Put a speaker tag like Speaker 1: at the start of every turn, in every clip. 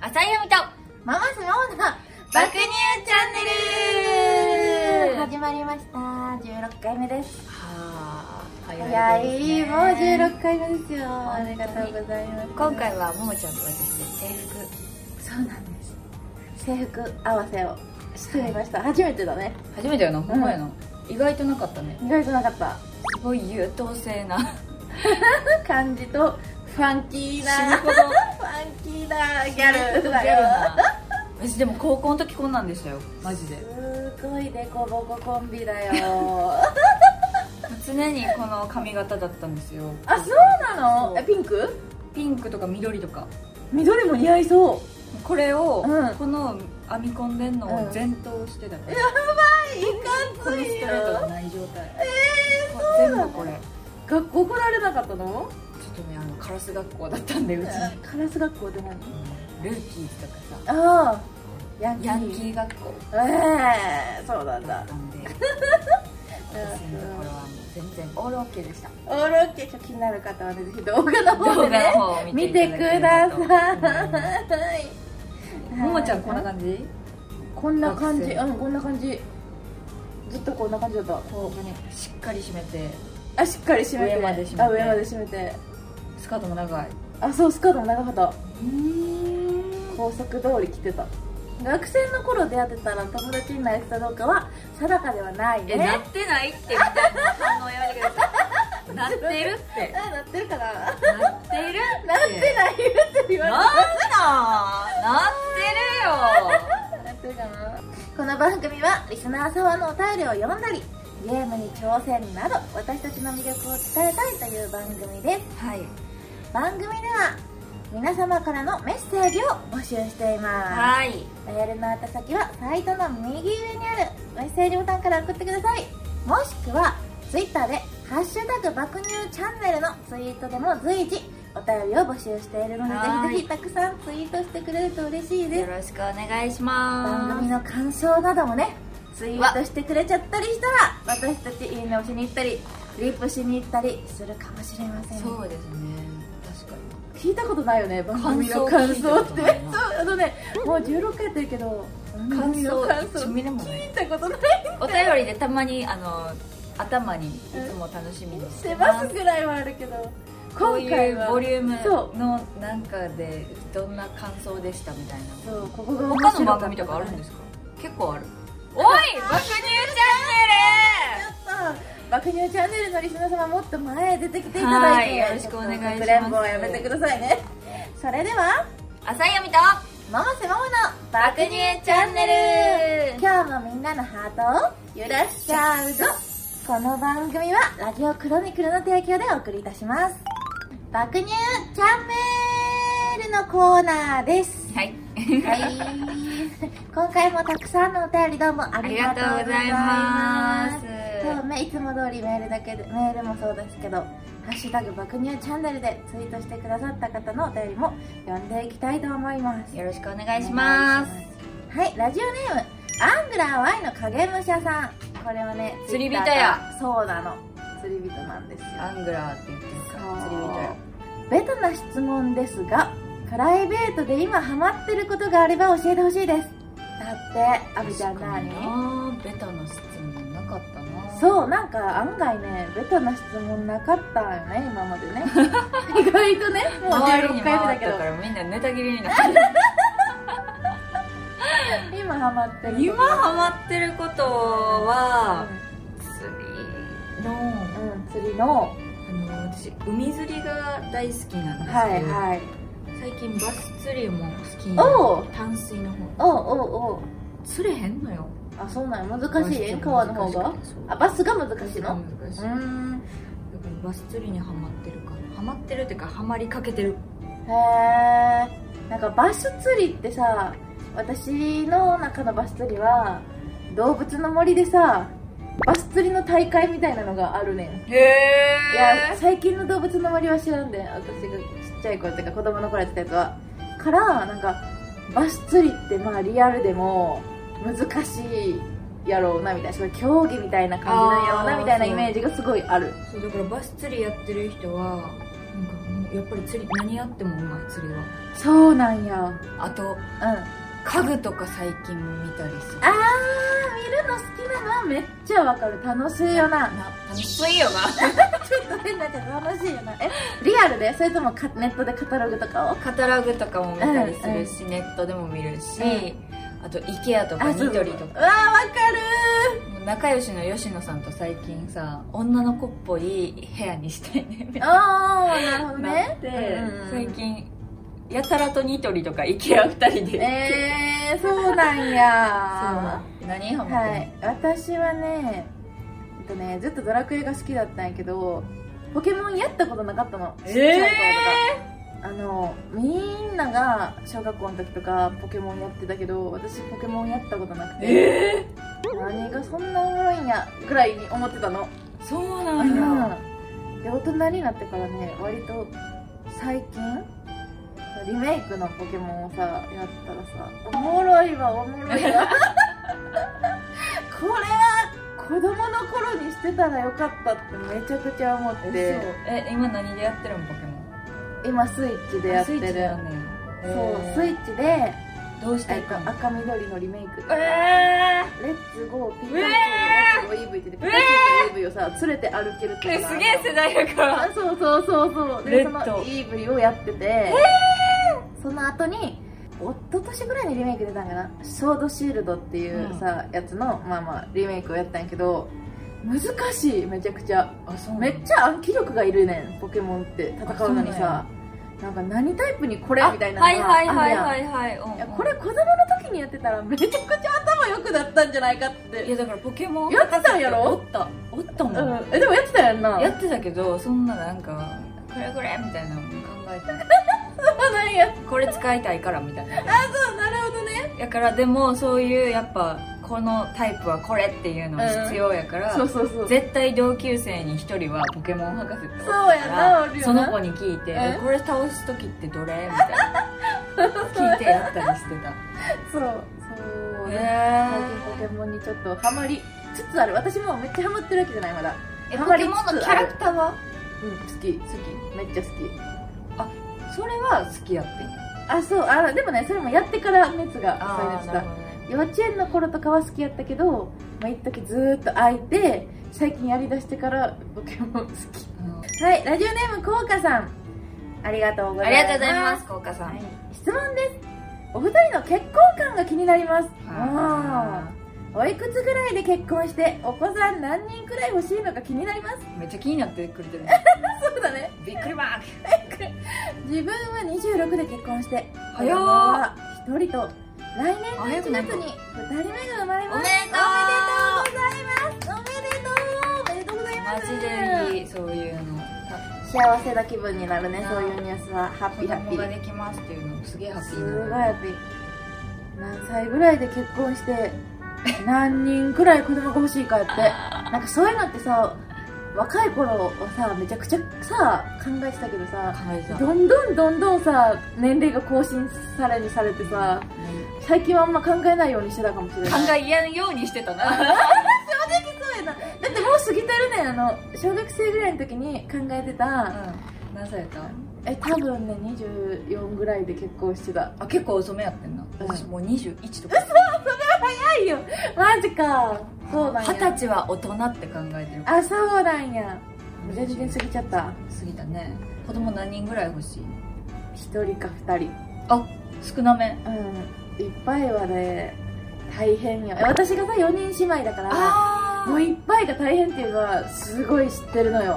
Speaker 1: 浅井亜美と
Speaker 2: ママスのオーナー
Speaker 1: 爆乳チャンネル
Speaker 2: 始まりました16回目です
Speaker 1: はあ
Speaker 2: いや
Speaker 1: 早い
Speaker 2: いい、
Speaker 1: ですね
Speaker 2: もう16回目ですよ
Speaker 1: 当
Speaker 2: あ
Speaker 1: に
Speaker 2: りがとうございます
Speaker 1: 今回はももちゃんと私で制
Speaker 2: そうなんです制服合わせをしてみました初めてだね
Speaker 1: 服初めてやなほんまやな意外となかったね
Speaker 2: 意外となかった
Speaker 1: すごい優等生な
Speaker 2: 感じとファンキー
Speaker 1: 死ぬ
Speaker 2: な
Speaker 1: ほど
Speaker 2: ファンキーなギャル
Speaker 1: ギャル
Speaker 2: だよ
Speaker 1: な私でも高校の時こんなんでしたよマジです
Speaker 2: ごいデコボココンビだよ
Speaker 1: 常にこの髪型だったんですよ
Speaker 2: あそうな
Speaker 1: そう
Speaker 2: のえピンク
Speaker 1: ピンクとか緑とか
Speaker 2: 緑も似合いそう
Speaker 1: これを、
Speaker 2: うん
Speaker 1: この編み込んでんの
Speaker 2: う
Speaker 1: を
Speaker 2: ん
Speaker 1: 前頭してたから、
Speaker 2: いか
Speaker 1: このストレートがない状態ええ
Speaker 2: そうな
Speaker 1: 全
Speaker 2: の
Speaker 1: 部これちょ
Speaker 2: 学校来られなかった
Speaker 1: っ
Speaker 2: の
Speaker 1: とねあのカラス学校だったんでうち、
Speaker 2: カラス学校で何
Speaker 1: ルーキーズとかさ
Speaker 2: ああヤンキー
Speaker 1: ヤンキー学校
Speaker 2: ええそうなん
Speaker 1: だ
Speaker 2: だ
Speaker 1: ったんで私のところはもう全然オールオッケーでした
Speaker 2: オールオッケーちょっと気になる方はねぜひ動画の方
Speaker 1: 動
Speaker 2: で
Speaker 1: 画
Speaker 2: ね
Speaker 1: の方を
Speaker 2: 見
Speaker 1: 見て
Speaker 2: て
Speaker 1: いた
Speaker 2: く
Speaker 1: だけれ
Speaker 2: だ
Speaker 1: ばと思います
Speaker 2: さい
Speaker 1: ももちゃんこんな感じ
Speaker 2: こんな感じ
Speaker 1: 学
Speaker 2: うんこんな感じずっとこんな感じだった
Speaker 1: こうしっかり締めて
Speaker 2: あしっかり締めて
Speaker 1: 上まで締めて
Speaker 2: あ上まで締めて
Speaker 1: スカートも長い
Speaker 2: あそうスカートも長かった
Speaker 1: うん
Speaker 2: 高速通り来てた学生の頃出会ってたら友達になれてたどうかは定かではないね
Speaker 1: えなってない ってみたいな反応やめてくださいなってるって
Speaker 2: あなってるかななっ
Speaker 1: なってるって
Speaker 2: てない言うてる言われ
Speaker 1: な
Speaker 2: た
Speaker 1: んなんなってるよ
Speaker 2: やってるかなこの番組はリスナー様のお便りを読んだりゲームに挑戦など私たちの魅力を伝えたいという番組です
Speaker 1: はい
Speaker 2: 番組では皆様からのメッセージを募集していま
Speaker 1: はい
Speaker 2: すメールの宛先はサイトの右上にあるメッセージボタンから送ってくださいもしくは Twitter で「ハッシュタグ爆乳チャンネル」のツイートでも随時お便りを募集しているの
Speaker 1: は
Speaker 2: で
Speaker 1: い
Speaker 2: ぜひぜひたくさんツイートしてくれると嬉しいです
Speaker 1: よろしくお願いし
Speaker 2: 番
Speaker 1: ま
Speaker 2: 組
Speaker 1: す
Speaker 2: の感想などもねツイートしてくれちゃったりしたら私たちいいねをしに行ったりリップしに行ったりするかもしれません
Speaker 1: そうですね確か
Speaker 2: 聞いたことないよね番組の感
Speaker 1: 感
Speaker 2: 想
Speaker 1: 想
Speaker 2: って そうあのねもう16回やってるけど
Speaker 1: に
Speaker 2: 番
Speaker 1: 感
Speaker 2: 組の
Speaker 1: 想
Speaker 2: 感
Speaker 1: ち
Speaker 2: 想
Speaker 1: みれもね
Speaker 2: 聞いたことない
Speaker 1: お便りでたまにあの頭にいつも楽しみに
Speaker 2: し
Speaker 1: してて
Speaker 2: ま
Speaker 1: ますす
Speaker 2: ぐらいはあるけど
Speaker 1: こう
Speaker 2: 今
Speaker 1: い
Speaker 2: 回
Speaker 1: う
Speaker 2: は
Speaker 1: ボリュー
Speaker 2: そう
Speaker 1: ムのなんかでどんな感想でしたみたいな
Speaker 2: そうここが面白
Speaker 1: 他の番組とかあるんですすか結構あるおい爆乳チャンネル
Speaker 2: 爆乳チャンネルのリスナー様もっと前へ出てきていただいて
Speaker 1: はいよろしくお願いします
Speaker 2: かくれんぼはやめてくださいねそれでは
Speaker 1: 浅井亜美と
Speaker 2: ママセママの
Speaker 1: 爆乳チャンネル
Speaker 2: 今日もみんなのハートを揺らしちゃうぞこの番組はラジオクロニクルの提供でお送りいたします爆乳チャンネルのコーナーです
Speaker 1: はい
Speaker 2: はい今回もたくさんのお便りどうもあ
Speaker 1: あり
Speaker 2: り
Speaker 1: が
Speaker 2: が
Speaker 1: と
Speaker 2: とう
Speaker 1: う
Speaker 2: ご
Speaker 1: ご
Speaker 2: ざ
Speaker 1: ざ
Speaker 2: い
Speaker 1: い
Speaker 2: ま
Speaker 1: ます
Speaker 2: そうねいつも通りメールだけでメールもそうですけど「ハッシュタグ爆乳チャンネル」でツイートしてくださった方のお便りも読んでいきたいと思います
Speaker 1: すよろしくお願いします
Speaker 2: はいラジオネームアングラー Y の影武者さんこれはね
Speaker 1: 釣り人
Speaker 2: Twitter
Speaker 1: や
Speaker 2: からそうなの釣り人なんですよ
Speaker 1: アングラーって言ってるから釣り人や
Speaker 2: ベタな質問ですがプライベートで今ハマってることがあれば教えてほしいですだってアビちゃん何
Speaker 1: あベタな質問なかったなう
Speaker 2: そうなんか案外ねベタな質問なかったよね今まで ね意外とねもう
Speaker 1: 周り
Speaker 2: 16
Speaker 1: に
Speaker 2: 回目だ
Speaker 1: 回っ
Speaker 2: け
Speaker 1: たか
Speaker 2: ど
Speaker 1: らみんなネタ切れになってる
Speaker 2: 今ハマって る
Speaker 1: 今ハマってることは
Speaker 2: う
Speaker 1: 釣りのあ
Speaker 2: ん、うん、釣りの
Speaker 1: の私海釣りが大好きなんですけど、
Speaker 2: はいはい
Speaker 1: 最近バス釣りも好き
Speaker 2: おう
Speaker 1: 淡水の方
Speaker 2: おうおうおう
Speaker 1: 釣れへんのよ
Speaker 2: あそうなんや難しい
Speaker 1: バス釣り
Speaker 2: 川の方が
Speaker 1: 難しくてそう
Speaker 2: あバスが難しいの
Speaker 1: 難し
Speaker 2: う
Speaker 1: い
Speaker 2: ーん
Speaker 1: だからバス釣りにはまってるかなはまってるっていうかはまりかけてる
Speaker 2: へえんかバス釣りってさ私の中のバス釣りは動物の森でさバス釣りの大会みたいなのがあるねん
Speaker 1: へ
Speaker 2: いや最近の動物の森は知らんで私がちっちゃい頃っていうか子供の頃やってたやつはからなんかバス釣りってまあリアルでも難しいやろうなみたいなそういう競技みたいな感じなんやろう
Speaker 1: あ
Speaker 2: な
Speaker 1: ー
Speaker 2: みたいなイメージがすごいある
Speaker 1: そうだからバス釣りやってる人はなんかもうやっぱり釣り何やってもうまい釣りは
Speaker 2: そうなんやうん
Speaker 1: あと
Speaker 2: あ
Speaker 1: 家具とか最近見たりする
Speaker 2: あー見るの好きなのはめっちゃわかる楽しいよな
Speaker 1: な楽しいよな
Speaker 2: ちょっと変だけど楽しいよな えリアルでそれともかネットでカタログとかを
Speaker 1: カタログとかも見たりするし、ネットでも見るし、あと IKEA とかニトリと
Speaker 2: う
Speaker 1: か
Speaker 2: わーわかる
Speaker 1: もう仲良しの吉野さんと最近さ女の子っぽい部屋にしたいね み
Speaker 2: ー
Speaker 1: たいな
Speaker 2: ああなるほど
Speaker 1: な
Speaker 2: ね
Speaker 1: って、
Speaker 2: うん
Speaker 1: 最近やたらとニトリとか IKEA2 人で、
Speaker 2: えー、そうなんや
Speaker 1: そう何ハマっ
Speaker 2: は
Speaker 1: て
Speaker 2: い私はね,、えっと、ねずっとドラクエが好きだったんやけどポケモンやったことなかったの
Speaker 1: えー
Speaker 2: ちっちゃい頃とかあのみんなが小学校の時とかポケモンやってたけど私ポケモンやったことなくて
Speaker 1: え
Speaker 2: 何がそんなおもろいんやぐらいに思ってたの
Speaker 1: ー、そう
Speaker 2: う
Speaker 1: なんや、
Speaker 2: んで大人になってからね割と最近リメイクのポケモンをさやったらさおもろいわおもろいわこれは子供の頃にしてたらよかったってめちゃくちゃ思っ
Speaker 1: で
Speaker 2: て
Speaker 1: え今何でやってるのポケモン
Speaker 2: 今スイッチでやってる
Speaker 1: スイッチだよね
Speaker 2: そうスイッチで、
Speaker 1: どうして
Speaker 2: え
Speaker 1: い
Speaker 2: っと、
Speaker 1: か
Speaker 2: 赤緑のリメイクとか、
Speaker 1: え
Speaker 2: レッツゴーピー
Speaker 1: うえ
Speaker 2: カチュウレッツゴーイーブイって言ってピカチュウとイーブイをさ連れて歩けるって
Speaker 1: ー、え
Speaker 2: いうのが
Speaker 1: すげえ世代やから
Speaker 2: あそうそうそうそうで
Speaker 1: レ
Speaker 2: そ
Speaker 1: ッド
Speaker 2: のイーブイをやっててその後に一昨年ぐらいにリメイク出たんかなショードシールドっていうさ、やつのまあまあリメイクをやったんやけど難しいめちゃくちゃ
Speaker 1: あそう
Speaker 2: めっちゃ暗記力がいるねんポケモンって戦うのにさなんか何タイプにこれ
Speaker 1: あ
Speaker 2: みたいなのが
Speaker 1: はいはいはい
Speaker 2: あるやん
Speaker 1: はいはいうんうん
Speaker 2: いやこれ子供の時にやってたらめちゃくちゃ頭良くなったんじゃないかっ
Speaker 1: い
Speaker 2: て
Speaker 1: やだからポケモン
Speaker 2: やってたんやろ
Speaker 1: おったおったも、
Speaker 2: うんん、えでもやってたやんな
Speaker 1: やってたけどそんななんかこれこれみたいなのも考えてない
Speaker 2: たないや
Speaker 1: これ使いたいからみた いな
Speaker 2: そうなるほどね
Speaker 1: だからでもそういうやっぱこのタイプはこれっていうのは必要やから、
Speaker 2: そうそうそう
Speaker 1: 絶対同級生に一人はポケモン博士っておったから
Speaker 2: そうやなおるよな
Speaker 1: その子に聞いて、
Speaker 2: うん
Speaker 1: えこれ倒す時ってどれみたいな聞いてやったりして た
Speaker 2: そうそう、最近ポ
Speaker 1: へ
Speaker 2: ケモンにちょっとハマりつつある私もめっちゃハマってるわけじゃないまだ
Speaker 1: え
Speaker 2: ハ
Speaker 1: ポ
Speaker 2: マ
Speaker 1: ケ
Speaker 2: りつつ
Speaker 1: モ
Speaker 2: あ
Speaker 1: ン
Speaker 2: る
Speaker 1: のキャラクターは
Speaker 2: うん好き好きめっちゃ好き
Speaker 1: それは好きやってん
Speaker 2: あそうあでもねそれもやってから熱が
Speaker 1: ああ
Speaker 2: 再
Speaker 1: なるほど
Speaker 2: 熱し
Speaker 1: ね
Speaker 2: た幼稚園の頃とかは好きやったけどまあ一時ずーっと空いて最近やりだしてからポケモン好き
Speaker 1: うん
Speaker 2: はいラジオネームこうかさんありがとうござ
Speaker 1: あ
Speaker 2: い
Speaker 1: りが
Speaker 2: ます
Speaker 1: とうございます、高岡さ
Speaker 2: は
Speaker 1: ん。
Speaker 2: い、質問ですお二人の結婚観が気になりますあーおいくつぐらいで結婚してお子さん何人くらい欲しいのか気になります
Speaker 1: めっちゃ気になってくれてる。
Speaker 2: そうだね
Speaker 1: びっくりマーク。
Speaker 2: 自分は26で結婚して
Speaker 1: 早っ
Speaker 2: 子供は1人と来
Speaker 1: 早
Speaker 2: 年
Speaker 1: く
Speaker 2: 1
Speaker 1: ない
Speaker 2: 月に2人目が生まれますおめでとうございますおめでとうおめでとうございます
Speaker 1: マジでいい、そういうの。
Speaker 2: 幸せな気分になるね
Speaker 1: なあ
Speaker 2: そういうニュースはハッ
Speaker 1: 子
Speaker 2: ピーハッ
Speaker 1: 供
Speaker 2: ピ
Speaker 1: が
Speaker 2: ー
Speaker 1: できますっていうのすげえハッ
Speaker 2: す
Speaker 1: ピ
Speaker 2: ご
Speaker 1: ー
Speaker 2: い
Speaker 1: な
Speaker 2: ハッピー何歳ぐらいで結婚して何人くらい子供が欲しいかってなんかそういうのってさ若い頃はさめちゃくちゃさ考えてたけどさ
Speaker 1: かわいそう。
Speaker 2: どんどんどんどんさ年齢が更新されにされてさ最近はあんま考えないようにしてたかもしれない
Speaker 1: 考えやんようにしてたな。
Speaker 2: そうやなだってもう過ぎてるねんあの小学生ぐらいの時に考えてた、
Speaker 1: 何歳やった
Speaker 2: え多分ね24ぐらいで結婚してた
Speaker 1: あ、結構遅めやってんな。私もう21とか。
Speaker 2: ないよマジかそうなん
Speaker 1: 二十
Speaker 2: や
Speaker 1: 歳は大人って考えてる。
Speaker 2: あそうなんや全然過ぎちゃった
Speaker 1: 過ぎたね。子供何人ぐらい欲しい
Speaker 2: 1人か2人
Speaker 1: 少なめ。
Speaker 2: うんいっぱいはね大変よえ私がさ4人姉妹だから
Speaker 1: あ
Speaker 2: もういっぱいが大変っていうのはすごい知ってるのよ
Speaker 1: へ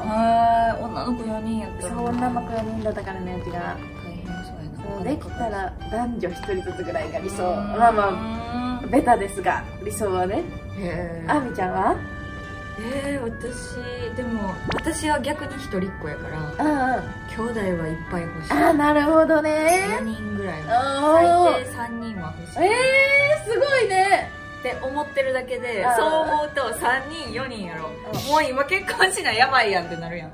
Speaker 1: え女の子4人やった
Speaker 2: そ
Speaker 1: ら
Speaker 2: う女の子4人だったからねうちが
Speaker 1: 大変そうやな
Speaker 2: そうできたら男女1人ずつぐらいが理想まあま
Speaker 1: ま
Speaker 2: あベタですが理想はね
Speaker 1: へ
Speaker 2: あみちゃんは
Speaker 1: えー、私でも私は逆に一人っ子やから
Speaker 2: うんう
Speaker 1: 兄
Speaker 2: ん
Speaker 1: 弟はいっぱい欲しい
Speaker 2: あなるほどね
Speaker 1: 4人ぐらい
Speaker 2: お
Speaker 1: は最
Speaker 2: ー
Speaker 1: 低3人は欲し
Speaker 2: え
Speaker 1: いっ
Speaker 2: ー、すごいね
Speaker 1: て思ってるだけで
Speaker 2: あー
Speaker 1: そう思うと3人4人やろ
Speaker 2: あ
Speaker 1: もう今結婚しないやばいやんってなるやん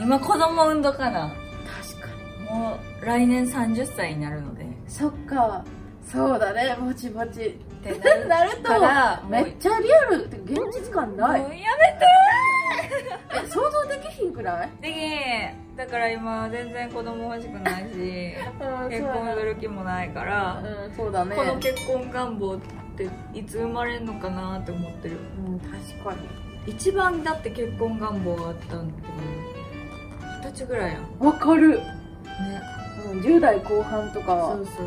Speaker 1: 今子供産んどかな
Speaker 2: 確かに確かに
Speaker 1: もう来年30歳になるのでっ
Speaker 2: そっかそうだねぼちぼち
Speaker 1: てなる
Speaker 2: なると
Speaker 1: からもう
Speaker 2: めっちゃリアルって現実感ない
Speaker 1: もうや
Speaker 2: え想像できひんくない
Speaker 1: めてでだから今全然子供欲しくない し
Speaker 2: うん
Speaker 1: 結
Speaker 2: そうや
Speaker 1: 婚
Speaker 2: な
Speaker 1: する気もないから、
Speaker 2: うんそうだね
Speaker 1: この結婚願望っていつ生まれるのかなって思ってる
Speaker 2: うん確かに
Speaker 1: 一番だって結婚願望があったんってもう二十歳ぐらいやんね
Speaker 2: わかる、うん、10代後半とか
Speaker 1: そ
Speaker 2: は
Speaker 1: うそうそ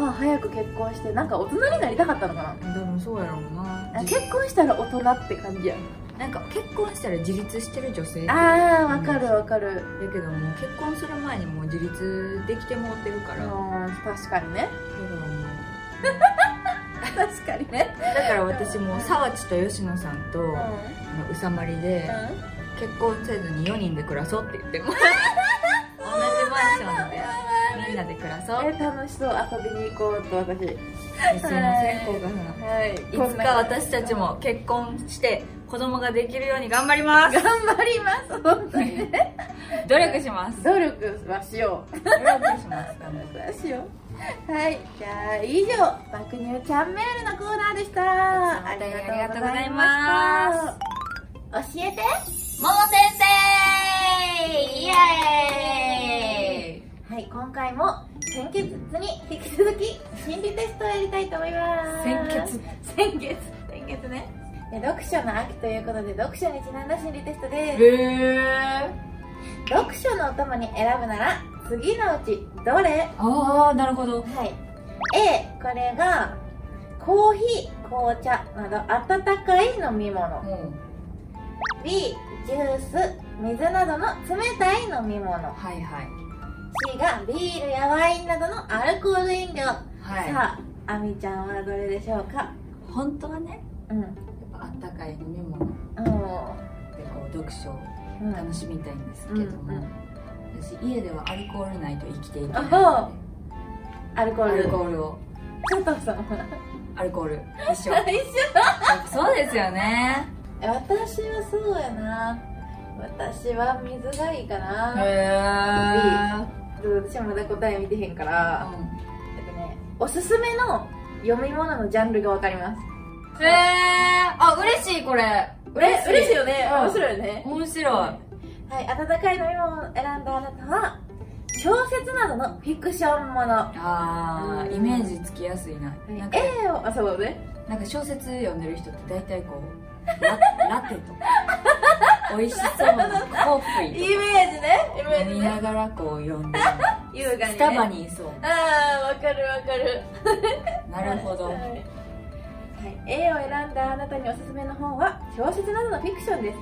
Speaker 1: う
Speaker 2: あ早く結婚してなんか大人になりたかったのか
Speaker 1: でもそうやろうな
Speaker 2: なあ結婚したら大人って感じや
Speaker 1: なんか結婚したら自立してる女性って
Speaker 2: あーわかるわかる
Speaker 1: だけどもう結婚する前にもう自立できてもってるから、だか
Speaker 2: うん確かにね
Speaker 1: らもう
Speaker 2: 確かにね
Speaker 1: だから私も沢地と吉野さんと、
Speaker 2: うん、
Speaker 1: あのうさまりで、結婚せずに4人で暮らそうって 言ってます同じマンションでみんなで暮らそう
Speaker 2: え楽しそう遊びに行こうと私
Speaker 1: 一緒に線香が
Speaker 2: はい
Speaker 1: いつか私たちも結婚して子供ができるように頑張ります
Speaker 2: 頑張ります本当にね
Speaker 1: 努力します
Speaker 2: 努力はしよう
Speaker 1: 努力します頑張ります
Speaker 2: はしようはいじゃあ以上爆乳チャンネルのコーナーでしたあ
Speaker 1: りがとうございます
Speaker 2: 教えて
Speaker 1: もも先生イエーイ
Speaker 2: はい今回も先月に引き続き心理テストをやりたいと思います
Speaker 1: 先月先月ね
Speaker 2: で読書の秋ということで読書にちなんだ心理テストです
Speaker 1: へ
Speaker 2: 読書のお供に選ぶなら次のうちどれ
Speaker 1: ああなるほど
Speaker 2: はい A これがコーヒー紅茶など温かい飲み物
Speaker 1: も
Speaker 2: B ジュース水などの冷たい飲み物
Speaker 1: うはいはい
Speaker 2: C がビールやワインなどのアルコール飲料、
Speaker 1: は
Speaker 2: さああみちゃんはどれでしょうか
Speaker 1: い本当はね
Speaker 2: うん
Speaker 1: あったかい飲み物で
Speaker 2: も
Speaker 1: こう読書を
Speaker 2: ううん
Speaker 1: 楽しみたいんですけども、
Speaker 2: うんうん
Speaker 1: 私家ではアルコールないと生きていけないので
Speaker 2: あほアルコ
Speaker 1: ア
Speaker 2: ール
Speaker 1: ルコールを
Speaker 2: ちょっとその
Speaker 1: アルコール一緒
Speaker 2: 一緒
Speaker 1: そうですよね
Speaker 2: 私はそうやな私は水がいいかな、
Speaker 1: へ
Speaker 2: 私まだ答え見てへんから、
Speaker 1: え
Speaker 2: えっとね、おすすめの読み物のジャンルがわかります
Speaker 1: へえあ嬉しいこれ嬉しい
Speaker 2: よね
Speaker 1: うん
Speaker 2: 面白いよね、
Speaker 1: 面白い
Speaker 2: はい温かい飲み物を選んだあなたは小説などのフィクションもの
Speaker 1: あー
Speaker 2: うん
Speaker 1: イメージつきやすいななんか
Speaker 2: A をあそうね
Speaker 1: なんか小説読んでる人って大体 こうララテとか美味しそうなコー
Speaker 2: イ
Speaker 1: ヒー
Speaker 2: メージねイ
Speaker 1: とか飲みながらこう読んで
Speaker 2: 優雅に、ね、
Speaker 1: スタバにいそう
Speaker 2: ああわかるわかる
Speaker 1: なるほど
Speaker 2: はい、A を選んだあなたにおすすめの本は小説などのフィクションです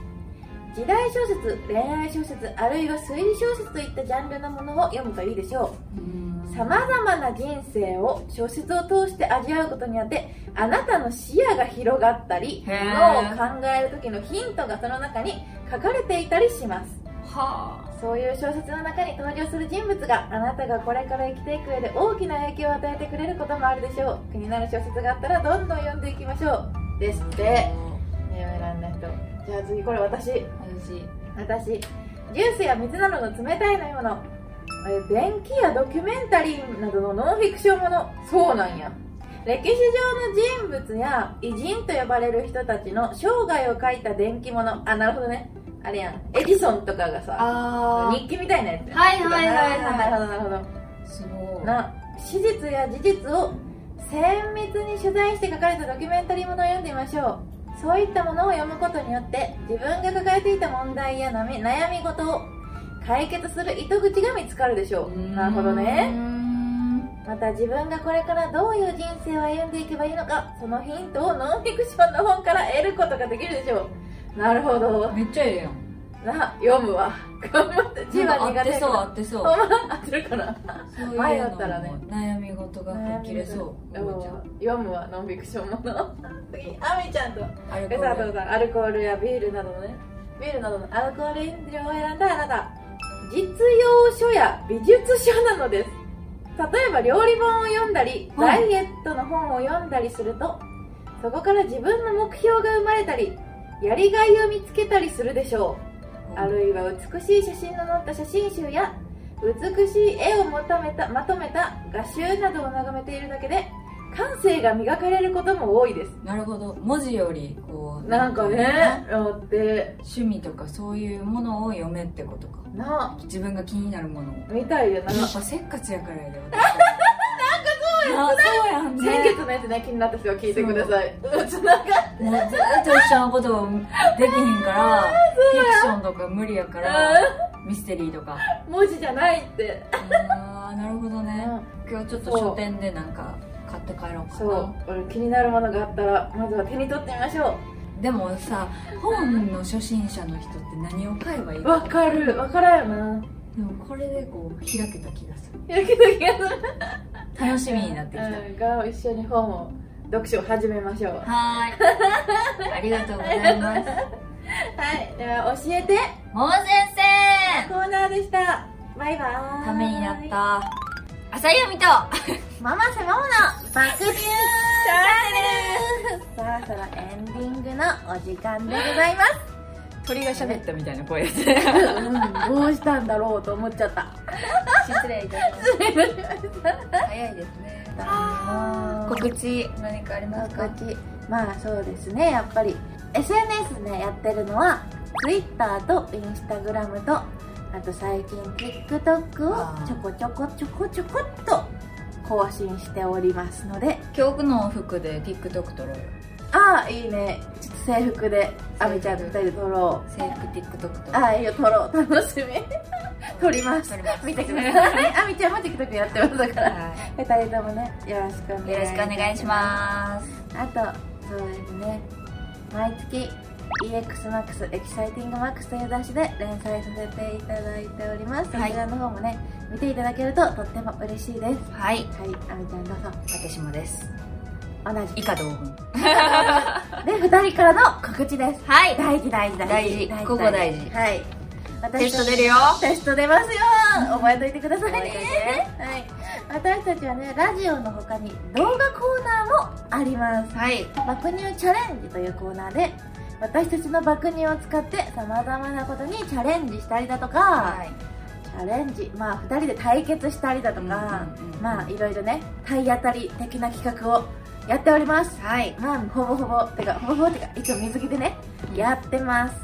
Speaker 2: 時代小説恋愛小説あるいは推理小説といったジャンルのものを読むといいでしょうさまざまな人生を小説を通して味わうことによってあなたの視野が広がったり
Speaker 1: へー
Speaker 2: 脳を考える時のヒントがその中に書かれていたりします
Speaker 1: は
Speaker 2: そういう小説の中に登場する人物があなたがこれから生きていく上で大きな影響を与えてくれることもあるでしょう気になる小説があったらどんどん読んでいきましょうですっ
Speaker 1: あ
Speaker 2: て目を選んだ人じゃあ次これ私
Speaker 1: 私
Speaker 2: 私ジュースや水などの冷たい飲み物えー電気やドキュメンタリーなどのノンフィクションものそうなんや歴史上の人物や偉人と呼ばれる人たちの生涯を書いた電気物あなるほどねあれやんエジソンとかがさ
Speaker 1: あ
Speaker 2: 日記みたいなやつ
Speaker 1: はいはいはいはい
Speaker 2: なるほどなるほど
Speaker 1: すごい
Speaker 2: な史実や事実を綿密に取材して書かれたドキュメンタリーものを読んでみましょうそういったものを読むことによって自分が抱えていた問題や悩み悩み事を解決する糸口が見つかるでしょうなるほどねまた自分がこれからどういう人生を歩んでいけばいいのかそのヒントをノンフィクションの本から得ることができるでしょうなるほど
Speaker 1: めっちゃええやん
Speaker 2: な読むわ頑張って字は
Speaker 1: 合
Speaker 2: 苦
Speaker 1: っ
Speaker 2: 手
Speaker 1: て
Speaker 2: や
Speaker 1: そう
Speaker 2: から
Speaker 1: 合ってそう
Speaker 2: ほんま 合ってるかな
Speaker 1: そういう
Speaker 2: 前
Speaker 1: の
Speaker 2: だ
Speaker 1: も
Speaker 2: ったらね
Speaker 1: 悩み事が吹っ切れそうおばちゃん
Speaker 2: 読むはノンフィクションもの次あみちゃんと
Speaker 1: アルコ
Speaker 2: えさあど
Speaker 1: ー
Speaker 2: う
Speaker 1: ル
Speaker 2: ぞアルコールやビールなどのねビールなどのアルコール飲料を選んだあなた実用書や美術書なのです例えば料理本を読んだり
Speaker 1: は
Speaker 2: ダ
Speaker 1: い
Speaker 2: イエットの本を読んだりするとそこから自分の目標が生まれたりやりがいを見つけたりするでしょうあるいは美しい写真の載った写真集や美しい絵をまとめたまとめた画集などを眺めているだけで感性が磨かれることも多いです
Speaker 1: なるほど文字よりこう
Speaker 2: なんかねだって
Speaker 1: 趣味とかそういうものを読めってことか
Speaker 2: な
Speaker 1: 自分が気になるものを
Speaker 2: みたいやな
Speaker 1: やっぱせっかちやからやで私 なんかそうやんそうやん
Speaker 2: 先
Speaker 1: ね
Speaker 2: 月のやつね気になった人は聞いてくださいうつなが
Speaker 1: もうずっと一緒のことができへんからフィクションとか無理やからミステリーとか
Speaker 2: 文字じゃないって
Speaker 1: あーなるほどね今日ちょっと書店でなんか買って帰ろうか
Speaker 2: そ
Speaker 1: な
Speaker 2: う俺気になるものがあったらまずは手に取ってみましょ
Speaker 1: でもさ本の初心者の人って何を買えばいいう
Speaker 2: わかるわからんよな
Speaker 1: でもこれでこう開けた気がする
Speaker 2: やけど気がする
Speaker 1: 楽しみになってきた、
Speaker 2: うんが一緒に本を読書を始めましょうは
Speaker 1: はー いありがとうございます
Speaker 2: いでは教えて
Speaker 1: 桃先生
Speaker 2: コーナーでしたバイバーイ
Speaker 1: ためになった朝読みと
Speaker 2: ママセママの爆乳チャンネルそろそろエンディングのお時間でございます
Speaker 1: 鳥が喋ったみたいな声です
Speaker 2: うんどうしたんだろうと思っちゃった
Speaker 1: 失礼いたしま
Speaker 2: 失礼しま
Speaker 1: た早いですね
Speaker 2: あー
Speaker 1: 告知何かありますか
Speaker 2: 告知まあそうですねやっぱり SNS ねやってるのは Twitter と Instagram とあと最近 TikTok
Speaker 1: あー
Speaker 2: をちょこちょこちょこちょこっと更新しておりますので
Speaker 1: 教区の服で TikTok 撮ろうよ
Speaker 2: ああいいねちょっと制服であみちゃんと二人で撮ろう
Speaker 1: 制服 TikTok 撮ろう
Speaker 2: ああいいよ撮ろう楽しみ 撮ります
Speaker 1: 撮ります
Speaker 2: 見てくださいあみちゃんも TikTok やってますだから
Speaker 1: は
Speaker 2: 二人ともねよろしくお願い
Speaker 1: いよろしくお願いします
Speaker 2: あとそうですね毎月 EXMAX エキサイティング MAX という雑誌で連載させていただいております、
Speaker 1: はい
Speaker 2: そちらの方もね見ていただけるととっても嬉しいですは
Speaker 1: は
Speaker 2: い
Speaker 1: い
Speaker 2: あみちゃんどうぞ
Speaker 1: 私もです
Speaker 2: 同じ
Speaker 1: 以下同文
Speaker 2: で2人からの告知です
Speaker 1: はい
Speaker 2: 大事大事大事
Speaker 1: 大事ここ大事
Speaker 2: はい私
Speaker 1: テスト出るよ
Speaker 2: テスト出ますよ覚えといてくださいね
Speaker 1: 覚えとい
Speaker 2: はい私たちはねラジオの他に動画コーナーもあります
Speaker 1: はい
Speaker 2: 爆乳チャレンジというコーナーで私たちの爆乳を使ってさまざまなことにチャレンジしたりだとか、
Speaker 1: はい
Speaker 2: チャレンジまあ2人で対決したりだとか、
Speaker 1: うんうんうん
Speaker 2: まあいろいろね体当たり的な企画をやっております
Speaker 1: はい
Speaker 2: まあほぼほぼてかほぼほぼてかいつも水着でね、
Speaker 1: うん
Speaker 2: やってます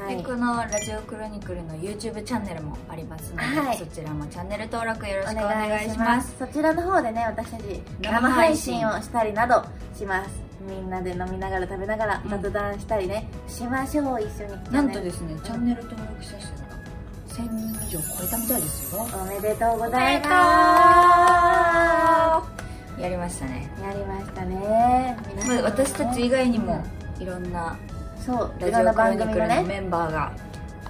Speaker 2: は
Speaker 1: で
Speaker 2: い
Speaker 1: このラジオクロニクルの YouTube チャンネルもありますので、
Speaker 2: はい
Speaker 1: そちらもチャンネル登録よろし
Speaker 2: お
Speaker 1: くお願
Speaker 2: 願
Speaker 1: い
Speaker 2: い
Speaker 1: し
Speaker 2: し
Speaker 1: ま
Speaker 2: ますすそちらの方でね私たち
Speaker 1: 生
Speaker 2: 生
Speaker 1: 配
Speaker 2: 配
Speaker 1: 信
Speaker 2: 信をしたりなどしますみんなで飲みながら食べながら
Speaker 1: うん
Speaker 2: 雑談したりね、しましょう一緒に
Speaker 1: なんとですねチャンネル登録者数が1000人以上超えたみたいですよ
Speaker 2: おめでとうございます
Speaker 1: やりましたね
Speaker 2: やりましたね皆さん
Speaker 1: まあ
Speaker 2: ね
Speaker 1: 私たち以外にもいろんな
Speaker 2: そう
Speaker 1: ラ
Speaker 2: い
Speaker 1: ジ
Speaker 2: ろんな
Speaker 1: オクロ
Speaker 2: 番
Speaker 1: ニ
Speaker 2: 組
Speaker 1: ク
Speaker 2: の
Speaker 1: ルの
Speaker 2: ね
Speaker 1: メンバーが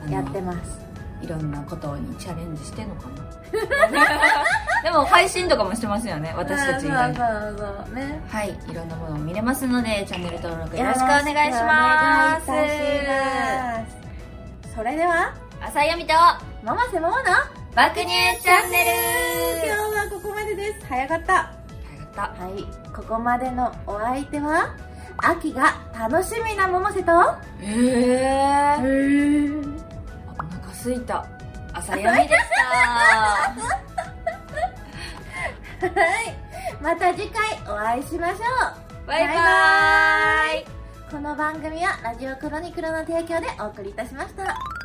Speaker 1: あの
Speaker 2: やってます
Speaker 1: いろんなことにチャレンジしてんのか なでも配信とかもしてますよね私たち以外に
Speaker 2: そうそうそうね
Speaker 1: はい、いろんなものを見れますので、チャンネル登録よろしくお願いします。
Speaker 2: よろしくお願いいたしますそれでは
Speaker 1: 朝読みと
Speaker 2: ママせママの
Speaker 1: 爆乳チャンネ
Speaker 2: 今日
Speaker 1: ル。
Speaker 2: はここまでです早かった
Speaker 1: よかった。
Speaker 2: はいここまでのお相手は秋が楽しみな百瀬と
Speaker 1: ええ
Speaker 2: え
Speaker 1: ー、 お腹すいた。朝読みでした。
Speaker 2: はいまた次回お会いしましょう
Speaker 1: バイバーイ。
Speaker 2: この番組はラジオクロニクルの提供でお送りいたしました。